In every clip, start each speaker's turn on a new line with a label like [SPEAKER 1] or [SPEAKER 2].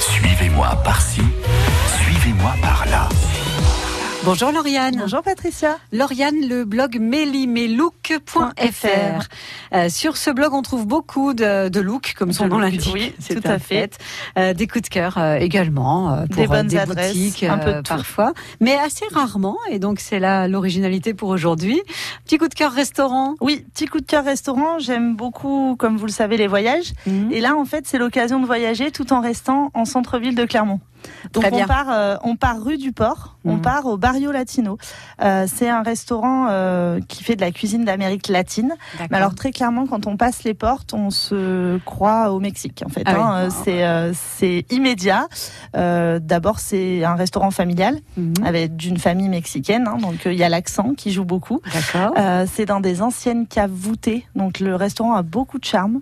[SPEAKER 1] Suivez-moi par-ci, suivez-moi par-là.
[SPEAKER 2] Bonjour Lauriane.
[SPEAKER 3] Bonjour Patricia.
[SPEAKER 2] Lauriane, le blog melimelook.fr. Euh, sur ce blog, on trouve beaucoup de, de looks, comme son
[SPEAKER 3] De
[SPEAKER 2] nom
[SPEAKER 3] looks,
[SPEAKER 2] l'indique.
[SPEAKER 3] oui,
[SPEAKER 2] c'est
[SPEAKER 3] tout à
[SPEAKER 2] un fait. Euh, des coups de cœur euh, également, euh, pour
[SPEAKER 3] Des
[SPEAKER 2] euh,
[SPEAKER 3] bonnes adresses,
[SPEAKER 2] boutiques euh,
[SPEAKER 3] un peu de tout.
[SPEAKER 2] parfois, mais assez rarement. Et donc, c'est là l'originalité pour aujourd'hui. Petit coup de cœur restaurant.
[SPEAKER 3] Oui, petit coup de cœur restaurant. J'aime beaucoup, comme vous le savez, les voyages. Et là, en fait, c'est l'occasion de voyager tout en restant en centre-ville de Clermont. Donc
[SPEAKER 2] Très
[SPEAKER 3] on
[SPEAKER 2] bien.
[SPEAKER 3] part, euh, on part rue du Port, on
[SPEAKER 2] Mhm.
[SPEAKER 3] part au Barrio Latino. Euh, c'est un restaurant euh, qui fait de la cuisine d'Amérique latine. Mais alors très clairement, quand on passe les portes, on se croit au Mexique. En fait,
[SPEAKER 2] Ah oui.
[SPEAKER 3] hein. Euh, c'est euh, c'est immédiat. Euh, D'abord, c'est un restaurant familial
[SPEAKER 2] Mhm.
[SPEAKER 3] avec d'une famille mexicaine, hein, donc euh, il y a l'accent qui joue beaucoup.
[SPEAKER 2] D'accord.
[SPEAKER 3] Euh, c'est dans des anciennes caves voûtées. Donc le restaurant a beaucoup de charme.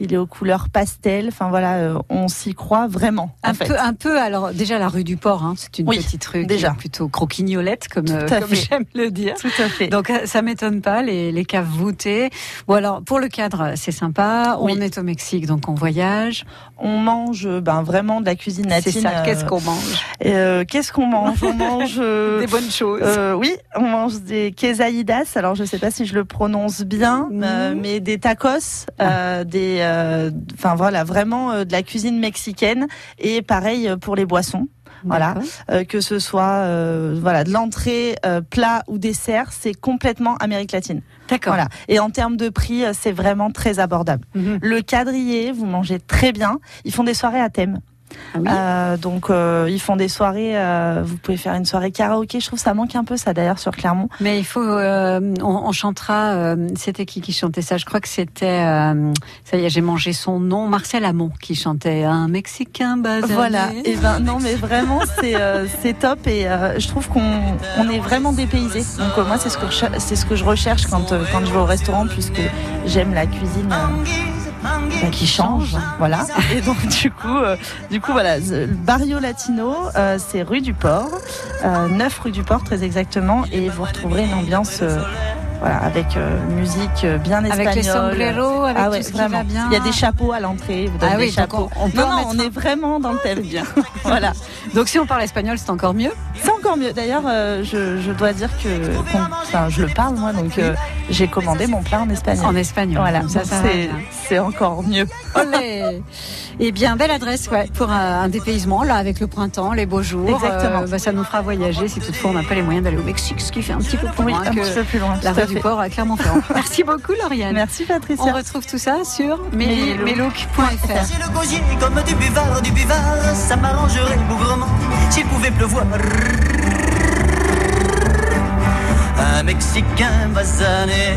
[SPEAKER 3] Il est aux couleurs pastel. Enfin voilà, euh, on s'y croit vraiment.
[SPEAKER 2] Un
[SPEAKER 3] en fait.
[SPEAKER 2] peu, un peu. Alors déjà la rue du Port, hein, c'est une
[SPEAKER 3] Oui,
[SPEAKER 2] petite rue qui
[SPEAKER 3] déjà.
[SPEAKER 2] est plutôt croquignolette, comme, euh,
[SPEAKER 3] à
[SPEAKER 2] comme
[SPEAKER 3] fait.
[SPEAKER 2] j'aime le dire.
[SPEAKER 3] Tout à fait.
[SPEAKER 2] Donc euh, ça m'étonne pas les, les caves voûtées. Bon alors pour le cadre c'est sympa. On
[SPEAKER 3] Oui.
[SPEAKER 2] est au Mexique donc on voyage.
[SPEAKER 3] on mange euh, ben, vraiment de la cuisine
[SPEAKER 2] C'est
[SPEAKER 3] latine.
[SPEAKER 2] ça.
[SPEAKER 3] euh,
[SPEAKER 2] Qu'est-ce qu'on mange
[SPEAKER 3] euh, qu'est-ce qu'on mange On mange. euh,
[SPEAKER 2] Des bonnes choses.
[SPEAKER 3] euh, oui, on mange des quesaïdas. Alors, je ne sais pas si je le prononce bien,
[SPEAKER 2] Mhm.
[SPEAKER 3] euh, mais des tacos,
[SPEAKER 2] Ah.
[SPEAKER 3] euh, des, euh, enfin voilà, vraiment euh, de la cuisine mexicaine. Et pareil euh, pour les boissons. voilà.
[SPEAKER 2] D'accord.
[SPEAKER 3] Euh, que ce soit euh, voilà de l'entrée, euh, plat ou dessert, c'est complètement Amérique latine.
[SPEAKER 2] D'accord.
[SPEAKER 3] Voilà. Et en termes de prix, euh, c'est vraiment très abordable.
[SPEAKER 2] Mhm.
[SPEAKER 3] Le quadrillé, vous mangez très bien. Ils font des soirées à thème.
[SPEAKER 2] Ah oui.
[SPEAKER 3] Euh, donc euh, ils font des soirées. euh, vous pouvez faire une soirée karaoké. Je trouve ça manque un peu ça d'ailleurs sur Clermont.
[SPEAKER 2] Mais il faut, euh, on, on chantera. euh, c'était qui qui chantait ça Je crois que c'était. euh, ça y est, j'ai mangé son nom. Marcel Amont qui chantait un Mexicain basané.
[SPEAKER 3] Voilà. Et ben non, mais vraiment c'est euh, c'est top et euh, je trouve qu'on on est vraiment dépaysé. Donc euh, moi c'est ce que je cher- c'est ce que je recherche quand euh, quand je vais au restaurant puisque j'aime la cuisine. euh, bah, qui change, voilà. Et donc du coup, euh, du coup voilà, le Barrio Latino, euh, c'est rue du Port, euh, 9 rue du Port très exactement, et vous retrouverez une ambiance, euh, voilà, avec euh, musique euh, bien espagnole.
[SPEAKER 2] Avec les sombreros, avec
[SPEAKER 3] ah ouais,
[SPEAKER 2] tout ce
[SPEAKER 3] vraiment.
[SPEAKER 2] qui va bien.
[SPEAKER 3] Il y a des chapeaux à l'entrée, ils vous donnez
[SPEAKER 2] Ah
[SPEAKER 3] des
[SPEAKER 2] oui, donc
[SPEAKER 3] chapeaux.
[SPEAKER 2] on- on peut
[SPEAKER 3] non,
[SPEAKER 2] en
[SPEAKER 3] non,
[SPEAKER 2] mettre
[SPEAKER 3] on est vraiment dans le thème. voilà.
[SPEAKER 2] Donc si on parle espagnol, c'est encore mieux.
[SPEAKER 3] C'est encore mieux. D'ailleurs, euh, je, je dois dire que, qu'on- enfin, je le parle moi, donc euh, j'ai commandé mon plat en espagnol.
[SPEAKER 2] En espagnol.
[SPEAKER 3] Voilà,
[SPEAKER 2] Comme ça,
[SPEAKER 3] donc
[SPEAKER 2] ça va
[SPEAKER 3] c'est,
[SPEAKER 2] bien.
[SPEAKER 3] c'est encore mieux.
[SPEAKER 2] Olé Eh bien, belle adresse ouais, pour un, un dépaysement, là, avec le printemps, les beaux jours.
[SPEAKER 3] Exactement.
[SPEAKER 2] bah, ça nous fera voyager si toutefois on n'a pas les moyens d'aller au Mexique, ce qui fait un petit peu plus
[SPEAKER 3] Oui,
[SPEAKER 2] loin
[SPEAKER 3] un
[SPEAKER 2] que
[SPEAKER 3] petit peu plus loin.
[SPEAKER 2] la
[SPEAKER 3] tout à
[SPEAKER 2] rue du
[SPEAKER 3] fait.
[SPEAKER 2] port à Clermont-Ferrand. Merci beaucoup, Lauriane.
[SPEAKER 3] Merci Patricia.
[SPEAKER 2] On retrouve tout ça sur
[SPEAKER 3] Melilook.
[SPEAKER 2] melilook.fr.
[SPEAKER 4] J'ai le gosier comme du buvard, du buvard, ça m'arrangerait bougrement s'il pouvait pleuvoir. Un Mexicain basané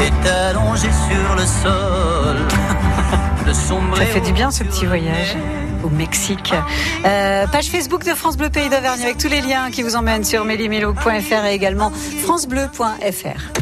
[SPEAKER 4] est allongé sur le sol. Le sombre
[SPEAKER 2] Ça fait du bien ce petit voyage au Mexique. Euh, page Facebook de France Bleu Pays d'Auvergne avec tous les liens qui vous emmènent sur melimelook.fr et également francebleu.fr.